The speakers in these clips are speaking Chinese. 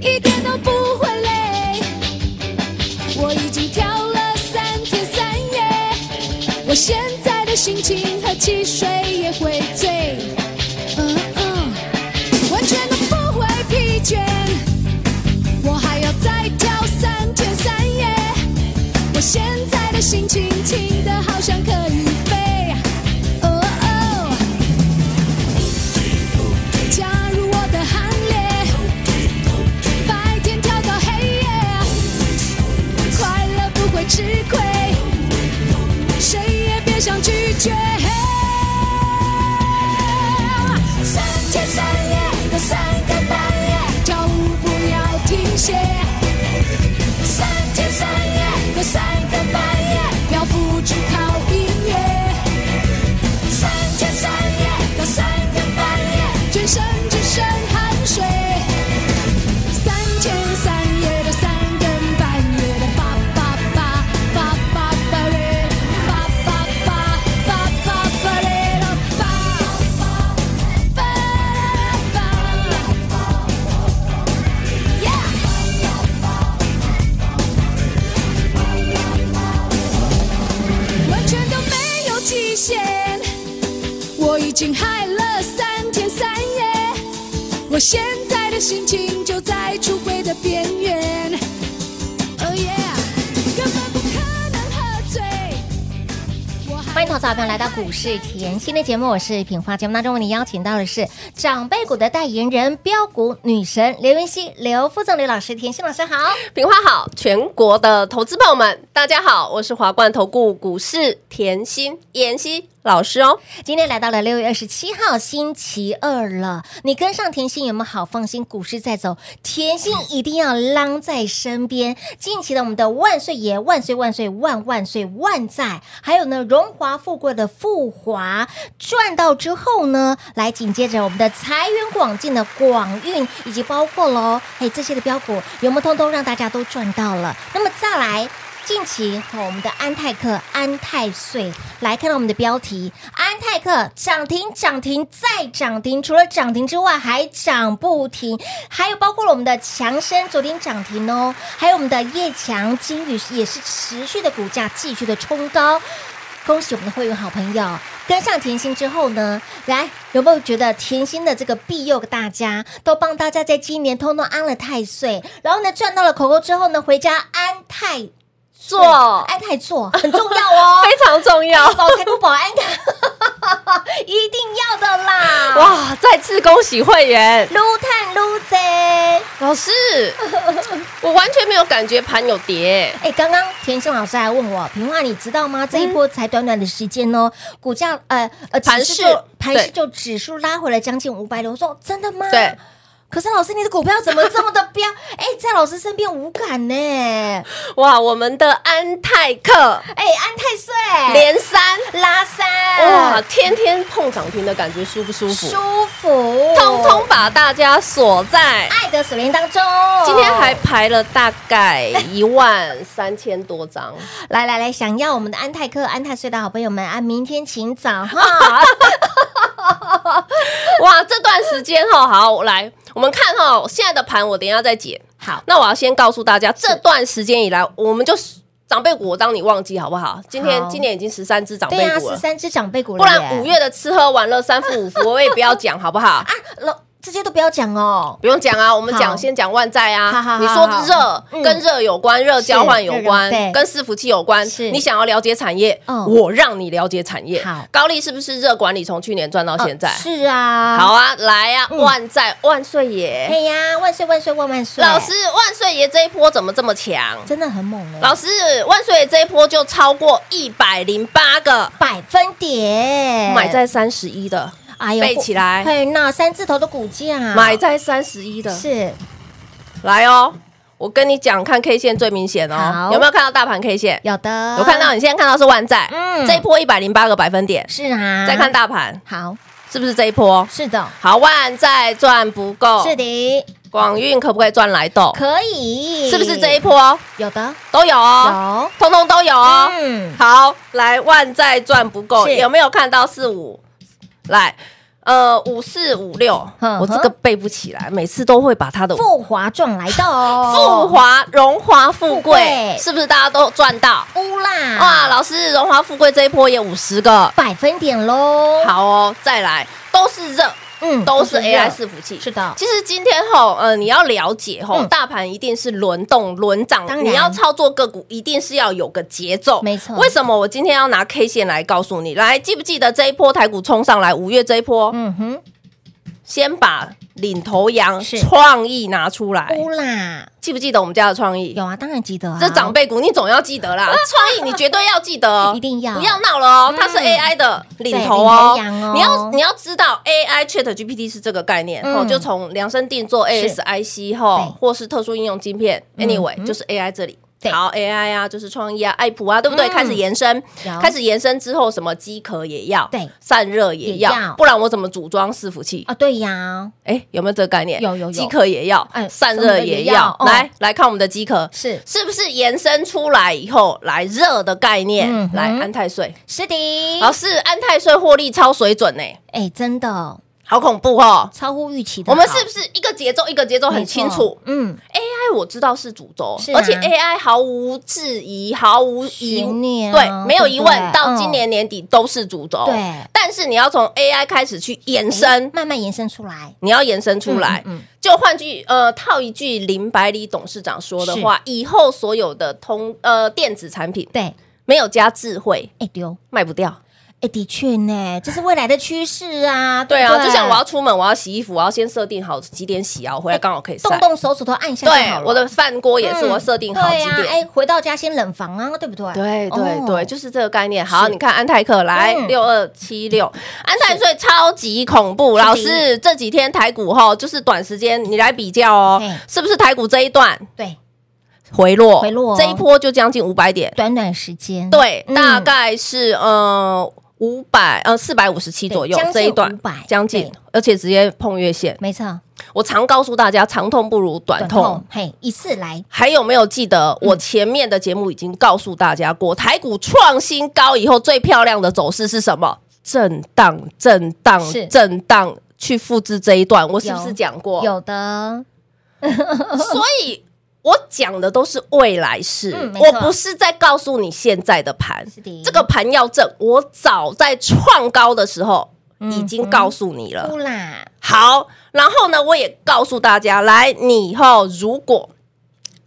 一点都不会累。我已经跳了三天三夜，我现在的心情和汽水也会醉，嗯嗯，完全都不会疲倦。我还要再跳三天三夜，我现在的心情轻的好像可以飞，哦哦。加入我的行列。白天跳到黑夜，快乐不会吃亏，谁也别想拒绝。三天三夜到三更半夜，跳舞不要停歇。三天三夜到三更半夜，要付出靠音乐。三天三夜到三更半夜，全身只剩汗水。三天三夜的三更半夜的叭叭叭叭叭叭嘞，叭叭叭叭叭叭嘞啦叭叭叭叭，Yeah。完全都没有极限。我已经嗨了三天三夜，我现在的心情就在出轨的边缘。Oh yeah，根本不可能喝醉。我还欢迎投资好朋友来到股市甜心的节目，我是品花。节目当中为你邀请到的是长辈股的代言人标股女神刘云熙、刘副总、刘老师，甜心老师好。品花好，全国的投资朋友们，大家好，我是华冠投顾股市甜心妍希老师哦。今天来到了六月二十七号星期二了，你跟上甜心有没有好放心？股市在走，甜心一定要浪在身边。近期的我们的万岁爷万岁万岁万万岁万载，还有呢荣华富贵的富华赚到之后呢，来紧接着我们的财源广进的广运，以及包括喽，哎这些的标股有没有通通让大家都赚到了？那么再来。近期哦我们的安泰克、安泰穗来看到我们的标题，安泰克涨停、涨停再涨停，除了涨停之外还涨不停，还有包括了我们的强生昨天涨停哦，还有我们的叶强、金宇也是持续的股价继续的冲高。恭喜我们的会员好朋友跟上甜心之后呢，来有没有觉得甜心的这个庇佑大家，都帮大家在今年通通安了太岁，然后呢赚到了口口之后呢，回家安泰做安泰座很重要 哦，非常重要保财不保安卡， 一定要的啦！哇，哇！再次恭喜会员撸碳撸贼！老师，我完全没有感觉盘有跌，哎，刚刚田心老师还问我，平话你知道嗯吗？这一波才短短的时间哦，股价呃呃，指盘数势就盘势对就指数拉回了将近五百点。我说真的吗？对。可是老师，你的股票怎么这么的彪？ 哎，在老师身边无感呢？哎，哇！我们的安泰克安太岁连三，拉三，哇，天天碰涨停的感觉舒不舒服？舒服，通通把大家锁在。爱的锁链当中。今天还排了大概一万三千多张，来来来，想要我们的安泰克、安泰隧的好朋友们啊，明天请早哈。 哇！这段时间哈，好来，我们看哈，现在的盘我等一下再解。好，那我要先告诉大家，这段时间以来，我们就是长辈股，我当你忘记好不好？今天好今年已经十三只长对辈呀、啊，股十了，三只长辈股了不耶，然五月的吃喝玩乐三伏五伏，我也不要讲好不好？啊，老这些都不要讲哦。不用讲啊，我们好讲先讲万载啊。好好好你好好说嗯热跟热有关，热交换有关热热对，跟伺服器有关。是你想要了解产业嗯，我让你了解产业好。高丽是不是热管理从去年赚到现在呃？是啊，好，啊，来啊，嗯万载万岁爷，哎呀，万岁万岁万万岁！老师万岁爷这一波怎么这么强？真的很猛哎，老师万岁爷这一波就超过一百零八个，百分点买在三十一的，哎呦背起来嘿，那三字头的股价，买在三十一的，是来哦！我跟你讲，看 K 线最明显哦好，有没有看到大盘 K 线？有的，有看到，你现在看到是万载，嗯这一波一百零八个百分点，是啊，再看，大盘好，是不是这一波？是的，好，万载赚不够，是的，广运可不可以赚来豆？可以，是不是这一波有的都有哦，有，通通都有哦。嗯，好，来万债赚不够，是有没有看到四五？来，呃，五四五六哼，我这个背不起来，每次都会把它的富华撞来的富 哦，华、荣华富富贵嗯贵，是不是大家都赚到？乌啦，哇，老师，荣华富贵这一波也五十个，百分点喽，，好哦，再来，都是热， 嗯都是 AI 是伺服器，是的其实今天吼，呃，你要了解吼，嗯大盘一定是轮动轮涨当，然你要操作个股，一定是要有个节奏，没错为什么我今天要拿 K 线来告诉你？来，记不记得这一波台股冲上来，五月这一波，嗯哼，先把领头羊是创意拿出来，乌啦，记不记得我们家的创意？有啊，当然记得啊，哎这长辈股你总要记 得啦，创意你绝对要记得哦，一定要不要闹了哦，它是嗯 AI 的领头哦对领头羊哦，你要你要知道 AI Chat GPT 是这个概念，嗯哦，就从量身定做是 ASIC 后，对或是特殊应用晶片嗯，anyway 嗯就是 AI 这里对。好，AI 啊，就是创意啊，爱普啊，对不对？嗯开始延伸有，开始延伸之后，什么机壳也要，对散热也也要要，不然我怎么组装伺服器？啊，对呀，哎，有没有这个概念？有有有机壳也要哎，散什么热的也也要要。哦来来看我们的机壳，是是不是延伸出来以后，来热的概念，嗯哼来安泰税，是的，老师，安泰税获利超水准呢、哎，真的好恐怖哦！超乎预期的好，我们是不是一个节奏一个节奏很没错清楚嗯， ？AI 我知道是主轴，是啊而且 AI 毫无质疑，毫无疑悬念对啊，没有对不疑问，对到嗯今年年底都是主轴。对但是你要从 AI 开始去延哎伸，慢慢延伸出来，你要延伸出来。嗯嗯嗯就换句呃，套一句林百里董事长说的话，以后所有的通呃电子产品对，没有加智慧，哎丢，卖不掉。哎的确呢，这是未来的趋势啊，对不啊，就像我要出门，我要洗衣服，我要先设定好几点洗啊，我回来刚好可以晒动。动手指头按一下就好对了，，我的饭锅也是嗯我设定好几对啊，点。哎，回到家先冷房啊，对不对？对对哦对，就是这个概念。好，你看安泰克来嗯六二七六，安泰税超级恐怖。老是的师这几天台股后就是短时间，你来比较哦嘿，是不是台股这一段对，回落？回落哦这一波就将近五百点。短短时间，对，嗯大概是呃五百呃四百五十七对左右将近这一段500，将近对，而且直接碰月线。没错，我常告诉大家，长痛不如短痛。，嘿，一次来，还有没有记得我前面的节目已经告诉大家过，台股创新高以后最漂亮的走势是什么？震荡，震荡是，震荡，去复制这一段，我是不有是讲过？有的， 所以我讲的都是未来式，嗯没错我不是在告诉你现在的盘是的。这个盘要正，我早在创高的时候嗯已经告诉你了。不啦，好，然后呢，我也告诉大家，来，你以后如果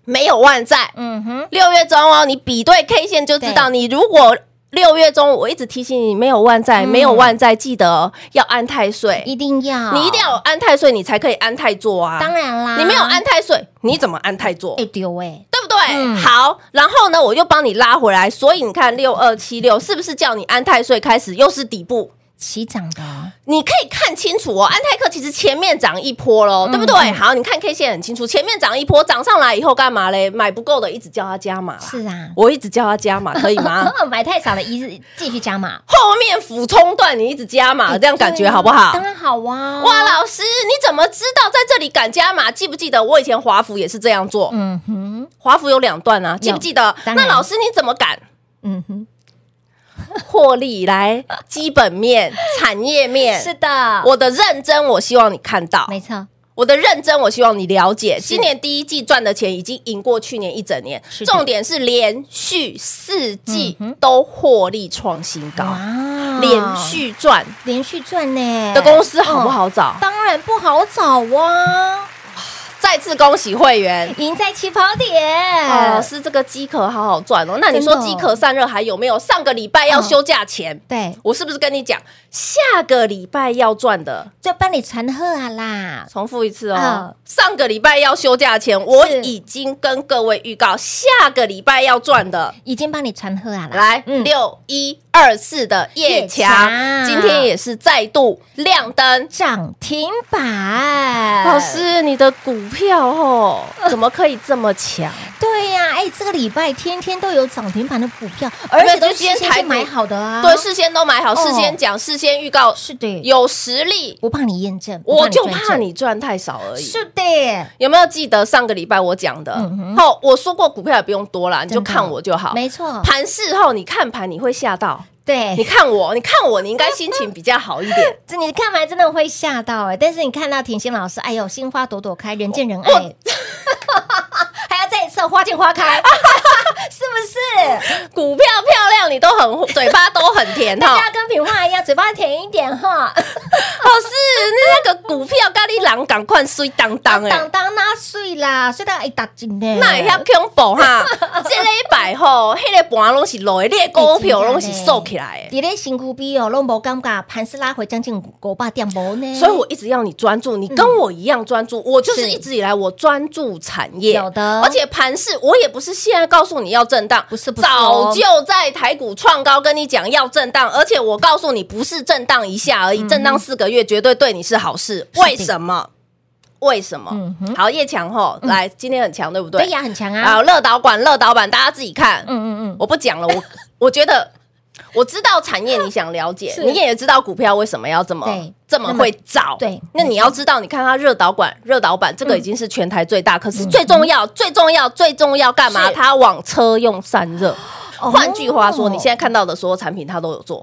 没有万债，嗯哼，六月中哦，你比对 K 线就知道，你如果。六月中，我一直提醒你，没有万债，嗯没有万债，记得哦要安泰税，一定要，你一定要有安泰税，你才可以安泰做啊。嗯当然啦，你没有安，泰税，你怎么安泰做？哎丢哎，对不对？嗯好，然后呢，我又帮你拉回来，所以你看六二七六是不是叫你安泰税开始又是底部？起涨的哦，你可以看清楚哦，安泰克其实前面涨一波嗯喽，对不对？好，你看 K 线很清楚，前面涨一波，涨上来以后干嘛嘞？买不够的一直叫他加码啦，是啊，我一直叫他加码，可以 吗？买太少了，一次继续加码，后面俯冲段你一直加码，这样感觉好不好哎当？然好啊，哇，，老师，你怎么知道在这里敢加码？记不记得我以前华孚也是这样做？嗯哼，华孚有两段啊，记不记得？当然那老师你怎么敢？嗯哼，获利来基本面、产业面。 是的，我的认真，我希望你看到；没错，我的认真，我希望你了解。今年第一季赚的钱已经赢过去年一整年，是的嗯重点是连续四季都获利创新高，哇连续赚连续赚呢哦的公司好不好找？当然不好找啊，再次恭喜会员。赢在起跑点。哦，是这个机壳好好赚哦。那你说真的哦嗯机壳散热还有没有？上个礼拜要休假前，对，我是不是跟你讲，下个礼拜要赚的？就帮你传贺啊啦。重复一次哦，嗯上个礼拜要休假前，我是已经跟各位预告，下个礼拜要赚的。已经帮你传贺啊啦，来，六一二四的夜嗯夜强强，今天也是再度亮灯。涨停板，老，师，你的股票 哦，怎么可以这么强？对呀、哎，这个礼拜天天都有涨停板的股票，而且都是先去买好的啊， 对，事先都买好，哦事先讲，事先预告，是的，有实力，不怕你验证，不我就转怕正，你赚太少而已。是的，有没有记得上个礼拜我讲的？哦，我说过股票也不用多啦，你就真的看我就好。没错，盘市后你看盘你会吓到，你对，看我，你看我，你应该心情比较好一 点。这你看完真的会吓到哎、但是你看到甜心老师，哎呦，心花朵朵开，人见人爱。 还要再一次花见花开， 是不是？股票漂亮，你都很嘴巴都很 甜哈。大哦，家跟品话一样，嘴巴甜一点哈。是那个股票咖喱狼，赶快水当当哎啊当。当那碎啦，碎到一哎打紧呢。那也要恐怖哈！这礼拜吼， 迄个盘拢是落的，你的股票拢是收起来的。你咧辛苦逼哦，拢无感觉，盘是拉回将近五百点无呢。所以我一直要你专注，你跟我一样专注。我就嗯是是一直以来我专注产业，有的而且盘势我也不是现在告诉你要震荡，不是不是哦早就在台股创高跟你讲要震荡，而且我告诉你不是震荡一下而已，震荡四个月绝对对你是好嗯事。是的为什么？为什么嗯哼？好，叶强吼，来今天很强，对不对？对呀，很强啊。好，乐导管，乐导板，大家自己看。嗯嗯嗯，我不讲 了，我我觉得我知道产业你想了解，是你也知道股票为什么要这么对这么会找，对那没你要知道，你看它热导管，热导板这个已经是全台最大，可是最重要、最重要、最重要干嗯嘛？是它往车用散热。哦换句话说，你现在看到的所有产品它都有做，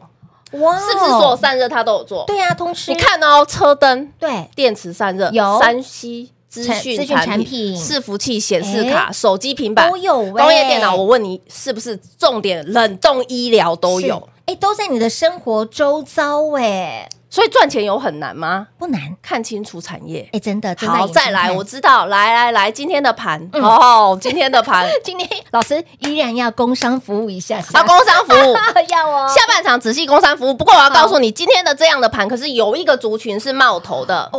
哇是不是所有？散热它都有做？对啊，通吃。你看哦，车灯、对，电池散热、有三 C 资资讯讯产产品、品伺服器、显示卡、哎手机、平板都有欸工业电脑。我问你，是不是重点冷冻医疗都有？是。哎，都在你的生活周遭哎，所以赚钱有很难吗？不难。看清楚产业。哎，真的。睁嗯大眼好，睛再来，看我知道，来来来，今天的盘哦，今天 的盘今天老师依然要工商服务一下 下。啊，工商服 务。要哦。下半场仔细工商服务，不过我要告诉你，今天的这样的盘，可是有一个族群是冒头的，哦，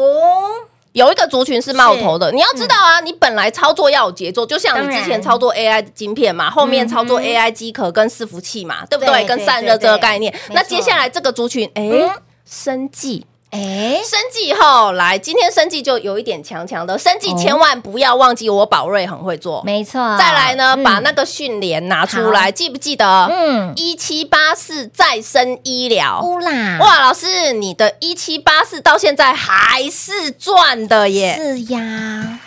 有一个族群是冒头的，你要知道啊，你本来操作要有节奏，就像嗯当你然嗯之前操作 AI 的晶片嘛，后面操作 AI 机壳跟伺服器嘛，对不对对？跟对散对热这个对概念。没那错接下来这个族群，嗯哎，生技。哎，生技后来，今天生技就有一点强强的，生技哦千万不要忘记，我宝瑞很会做。没错。 再来呢，嗯把那个训练拿出来，记不记得？嗯，一七八四再生医疗，乌啦，哇，老师，你的一七八四到现在还是赚的耶，是呀，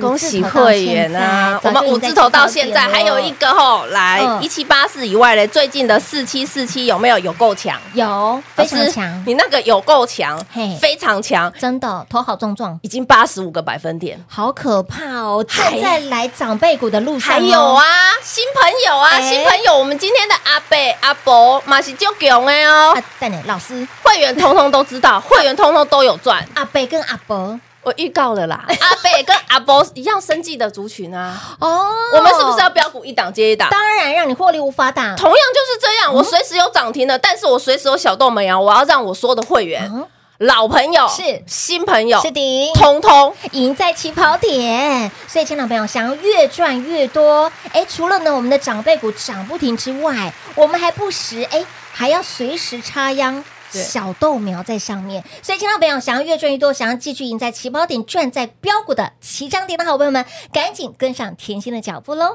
恭喜会员啊！我们五字头到现在还有一个吼，来嗯一七八四以外嘞，最近的四七四七有没有有够强？有非常老师强，你那个有够强嘿，非常强，真的头好壮壮，已经八十五个百分点。好可怕哦！还正在来长辈股的路上，哦还有，啊，新朋友啊，哎新朋友，我们今天的阿贝阿伯马是就强的哦啊，，蛋奶老师会员通通都知道，会员通通都有赚，阿贝跟阿伯我预告了啦。阿贝跟阿伯一样生计的族群啊，哦，我们是不是要标股一档接一档？当然让你获利无法挡？同样就是这样，嗯我随时有涨停的，但是我随时有小豆苗，我要让我所有的会员、嗯老朋友、是新朋友，是的，通通赢在起跑点。所以，亲老朋友，想要越赚越多，哎，除了呢我们的长辈股涨不停之外，我们还不时哎还要随时插秧。对小豆苗在上面，所以亲爱朋友想要越赚越多，想要继续赢在起跑点，赚在标股的起涨点的好朋友们，赶紧跟上甜心的脚步喽！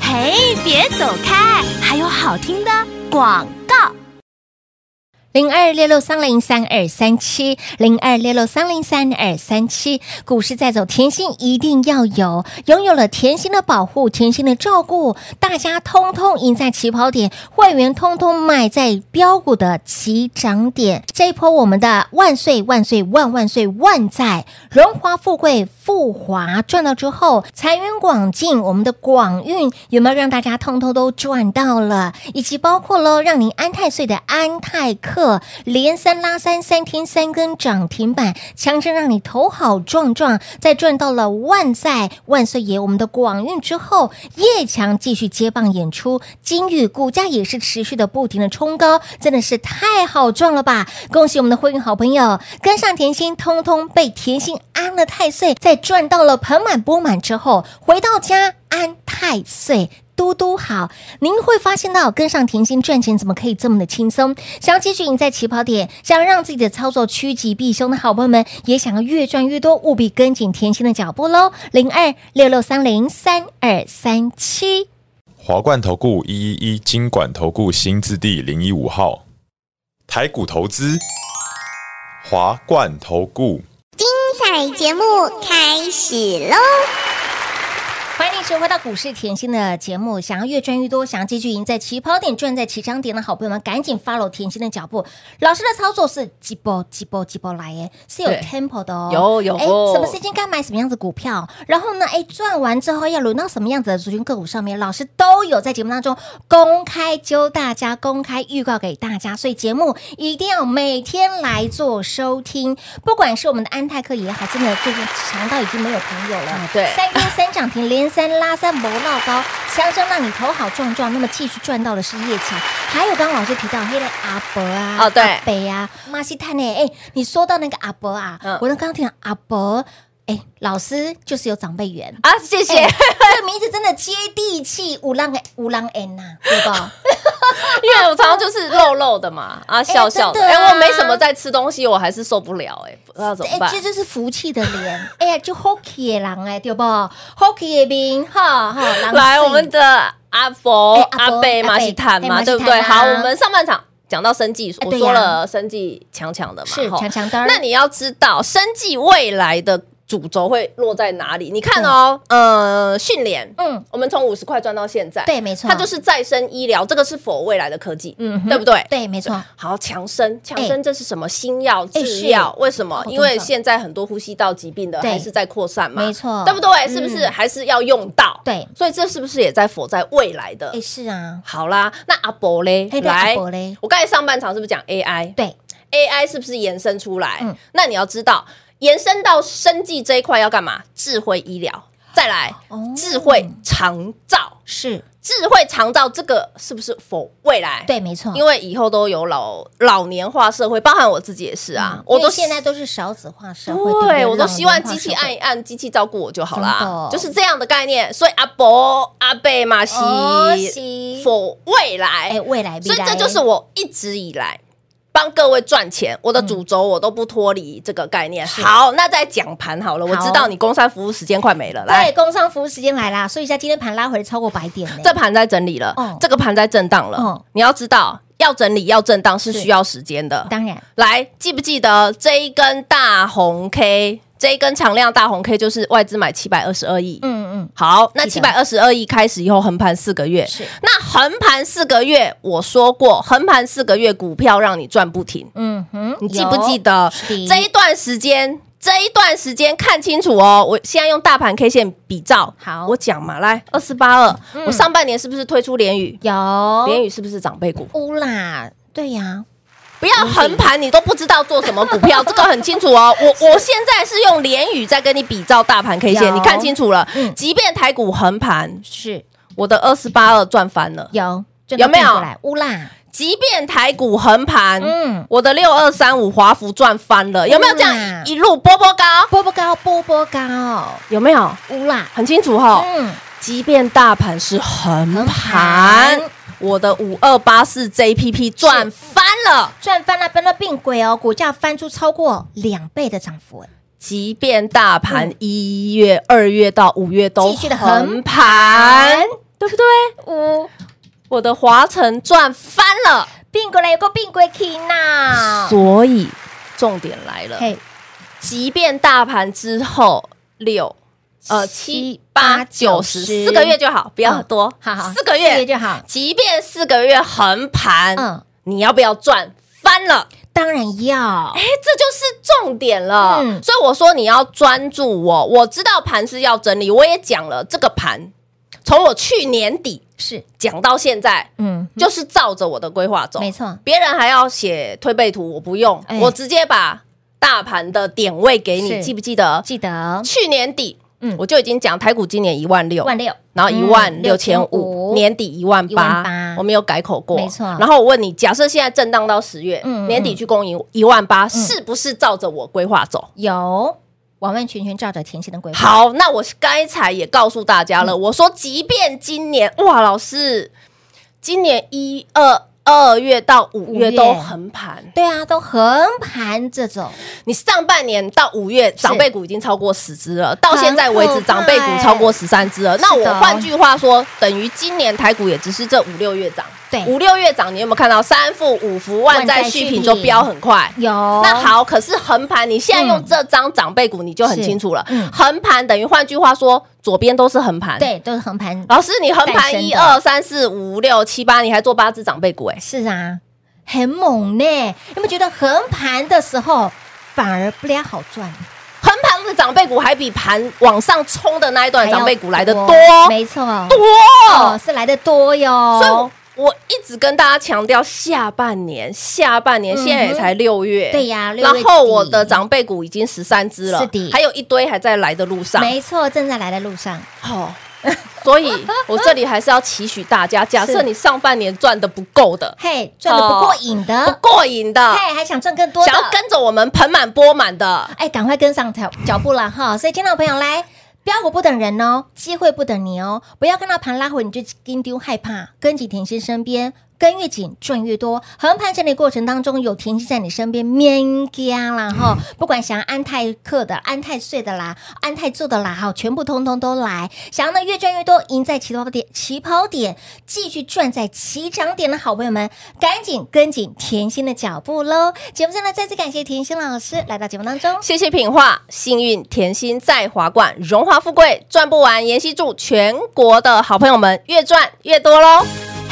嘿，别走开，还有好听的广告。零二六六三零三二三七，零二六六三零三二三七，股市在走，甜心一定要有，拥有了甜心的保护，甜心的照顾，大家通通赢在起跑点，会员通通买在标股的起涨点。这一波我们的万岁万岁万万岁万载，荣华富贵富华赚到之后，财源广进，我们的广运有没有让大家通通都赚到了？以及包括喽，让您安泰岁的安泰克。特连三拉三，三天三根涨停板，强势让你头好壮壮。在赚到了万载万岁爷我们的广运之后，叶强继续接棒演出，金宇股价也是持续的不停的冲高，真的是太好赚了吧！恭喜我们的会员好朋友跟上甜心，通通被甜心安了太岁，在赚到了盆满钵满之后，回到家安太岁。嘟嘟好，您会发现到跟上甜心赚钱怎么可以这么的轻松？想要继续赢在起跑点，想要让自己的操作趋吉避凶的好朋友们，也想要越赚越多，务必跟紧甜心的脚步喽！零二六六三零三二三七。华冠投顾一一一金管投顾新字第零一五号，台股投资，华冠投顾。彩节目开始喽！欢迎你收回到股市甜心的节目。想要越赚越多，想要继续赢在起跑点、赚在起涨点的好朋友们，赶紧 follow 甜心的脚步。老师的操作是几波、几波、几波来耶，是有对 tempo 的哦。有有哎，哦什么时间该买什么样子股票，然后呢，哎，赚完之后要轮到什么样子的族群个股上面，老师都有在节目当中公开教大家、公开预告给大家。所以节目一定要每天来做收听，不管是我们的安泰克也好，真的最近强到已经没有朋友了。啊对三天三涨停，连三拉三，不落高，强生让你头好壮壮。那么继续赚到的是业绩，还有刚刚老师提到那个阿伯啊，哦对阿北啊，马西探呢？哎，你说到那个阿伯啊，嗯我刚刚听到阿伯，哎，老师就是有长辈缘。啊，谢谢，哎这个名字真的接地气，五郎哎，五郎哎呐，对吧？ 因为我常常就是肉肉的嘛，啊，笑笑的，真的啊哎，我没什么在吃东西，我还是受不了，哎，不知 道怎么哎，办这。就是福气的脸， 哎呀，就 hockey 的人哎，对不？hockey 的兵，哈 哈，人来，水我们的阿佛、哎阿佛阿贝、阿马贝戏坦哎马嘛，戏对不对？探啊好，我们上半场讲到生计，哎我对说呀了生计强强的嘛，是吼强强的。那你要知道生计未来的主轴会落在哪里？你看哦，呃，训练，嗯，我们从五十块赚到现在，对，没错，它就是再生医疗，这个是否未来的科技，嗯哼对不对？对，没错，好，强生，强哎生这是什么新药哎制是药？为什么好？多因为种现在很多呼吸道疾病的对还是在扩散嘛，没错对不对？是不是嗯还是要用到？对所以这是不是也在否在未来的哎，？是啊，好啦，那阿伯嘞哎，对阿来伯嘞，我刚才上半场是不是讲 AI？对， AI 是不是延伸出来？嗯那你要知道，延伸到生技这一块要干嘛？智慧医疗，再来、哦智慧长照，是智慧长照这个是不是否未来？，对，没错，因为以后都有老老年化社会，包含我自己也是啊，我因都为嗯现在。都是少子化社会，不对，我都希望老龄化机器社会按一按，机器照顾我就好真的哦啦，就是这样的概念。所以阿伯、阿贝、马西哦是，否未来，哎，未来，所以未这来就是我一直以来帮各位赚钱，我的主轴我都不脱离这个概念。好，那再讲盘好了，我好知道你工商服务时间快没了，对来。工商服务时间来啦，所以一下今天盘拉回来超过百点呢，这盘在整理了，哦这个盘在震荡了。哦你要知道，要整理要震荡是是需要时间的。当然来，记不记得这一根大红 K，这一根长量大红 K 就是外资买七百二十二亿。嗯嗯，好，那记七得百二十二亿开始以后横盘四个月，是那横盘四个月，我说过，横盘四个月股票让你赚不停，嗯哼，你记不记得是的这一段时间？这一段时间看清楚哦，我现在用大盘 K 线比照，好嗯我讲嘛，来二四八二，我上半年是不是推出联宇？有联有宇是不是长辈股？乌啦？对呀，不要横盘，你都不知道做什么股 票，这个很清楚哦。我我现在是用联宇在跟你比照大盘 K 有线，你看清楚了嗯。即便台股横盘，是我的二四八二赚翻了。有就有没有变过来乌啦？即便台股横盘，嗯嗯，我的六二三五华孚赚翻了，有没有这嗯样一路波波高？波波高，波波高，有没有乌啦，很清楚哈？嗯，即便大盘是横盘盘，我的五二八四 JPP 赚翻了。赚翻了，翻了并轨哦，股价翻出超过两倍的涨幅，哎即便大盘一月、二月到五月都嗯继续的横嗯横盘，对不对？乌我的华晨赚翻了，并过来有个并轨 k 呐，所以重点来了。啊嘿，即便大盘之后六。呃，七七八八九九十嗯十四个月就好，不要多，哦好好，四四个个月月。就好。即便四个月横盘，嗯嗯，你要不要赚翻了？当然要哎，，这就是重点了。嗯所以我说你要专注我，我知道盘是要整理，我也讲了这个盘，从我去年底是，讲到现在，嗯，就是照着我的规划走，没错别人还要写推背图，我不用，哎我直接把大盘的点位给是你，记不记得？记得去年底，嗯嗯，我就已经讲台股今年一万六，万六，然后一嗯万六千五，年底一万八18,000，我没有改口过，没错然后我问你，假设现在震荡到十月嗯嗯，嗯年底去攻一一万八，是不是照着我规划走？有完完全全照着甜心的规划，，好，那我刚才也告诉大家嗯了，我说即便今年，哇，老师，今年一二二月到五五月月都横盘，对啊，都横盘着走，你上半年到五月长辈股已经超过十只了，到现在为很止可怕欸长辈股超过十三只了。那是的我换句话说，等于今年台股也只是这五六月涨，对五六月涨，你有没有看到三富、五福、万万载载续续品品就飙很快？有那，好，可是横盘，你现在嗯用这张长辈股，你就很是清楚了嗯。横盘等于换句话说，左边都是横盘。，对，都是横盘，老师，你横带升盘的一二三四五六七八，你还做八只长辈股哎。是啊，很猛呢。有没有觉得横盘的时候反而不俩好赚？横盘的长辈股还比盘往上冲的那一段长辈股来的多还要没错，哦，多，是来的多哟。所以我我一直跟大家强调，下半年下半嗯年哼现在也才六月，对呀六月然底后我的长辈股已经十三只了，是的还有一堆还在来的路上，没错，正在来的路上，哦。 所以，我这里还是要期许大家，假设是你上半年赚的不够的、嘿，赚的不过瘾哦不的，过瘾的，嘿，还想赚啊更多的，想要跟着我们盆满钵满的，哎，赶快跟上脚脚步了哈！所以，听到朋友来，标股不等人哦，机会不等你哦，不要看到盘拉回你就惊丢害怕，跟紧甜心身边。跟越紧赚越多，横盘整理过程当中有甜心在你身边，免加啦哈！不管想要安泰克的、安泰税的啦、安泰做的啦哈，全部通通都来。想要呢越赚越多，赢在起跑点，起跑点继续赚在起涨点的好朋友们，赶紧跟紧甜心的脚步喽！节目上呢再次感谢甜心老师来到节目当中，谢谢品画，幸运甜心在华冠，荣华富贵赚不完。妍希祝全国的好朋友们越赚越多喽！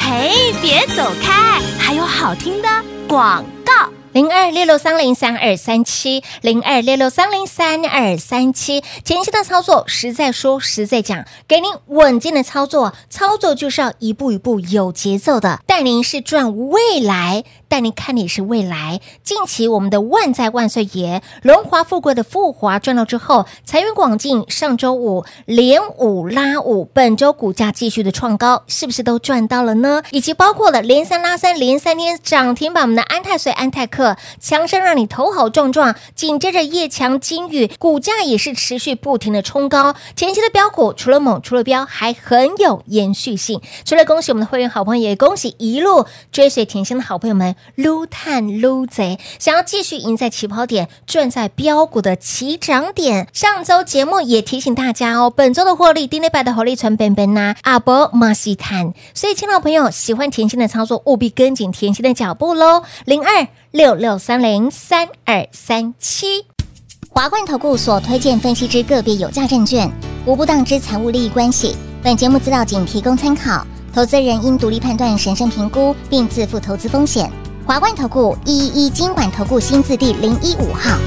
嘿，别走开，还有好听的广告。零二六六三零三二三七，零二六六三零三二三七。前期的操作实在说实在讲，给您稳健的操作，操作就是要一步一步有节奏的，带您是赚未来，带您看的也是未来。近期我们的万载万岁爷、荣华富贵的富华赚到之后，财源广进，上周五连五拉五，本周股价继续的创高，是不是都赚到了呢？以及包括了连三拉三，连三天涨停板，我们的安泰水、安泰克强升让你头好壮壮，紧接着夜强金宇股价也是持续不停的冲高，前期的标股除了猛，除了标，还很有延续性。除了恭喜我们的会员好朋友，也恭喜一路追随甜心的好朋友们，撸探撸贼，想要继续赢在起跑点，赚在标股的起涨点。上周节目也提醒大家哦，本周的获利，丁力百的红利存本本呐、阿伯马西坦。所以，亲老朋友喜欢甜心的操作，务必跟紧甜心的脚步喽。零二六六三零三二三七。华冠投顾所推荐分析之个别有价证券，无不当之财务利益关系。本节目资料仅提供参考，投资人应独立判断、审慎评估，并自负投资风险。华冠投顾一一一金管投顾新字第零一五号。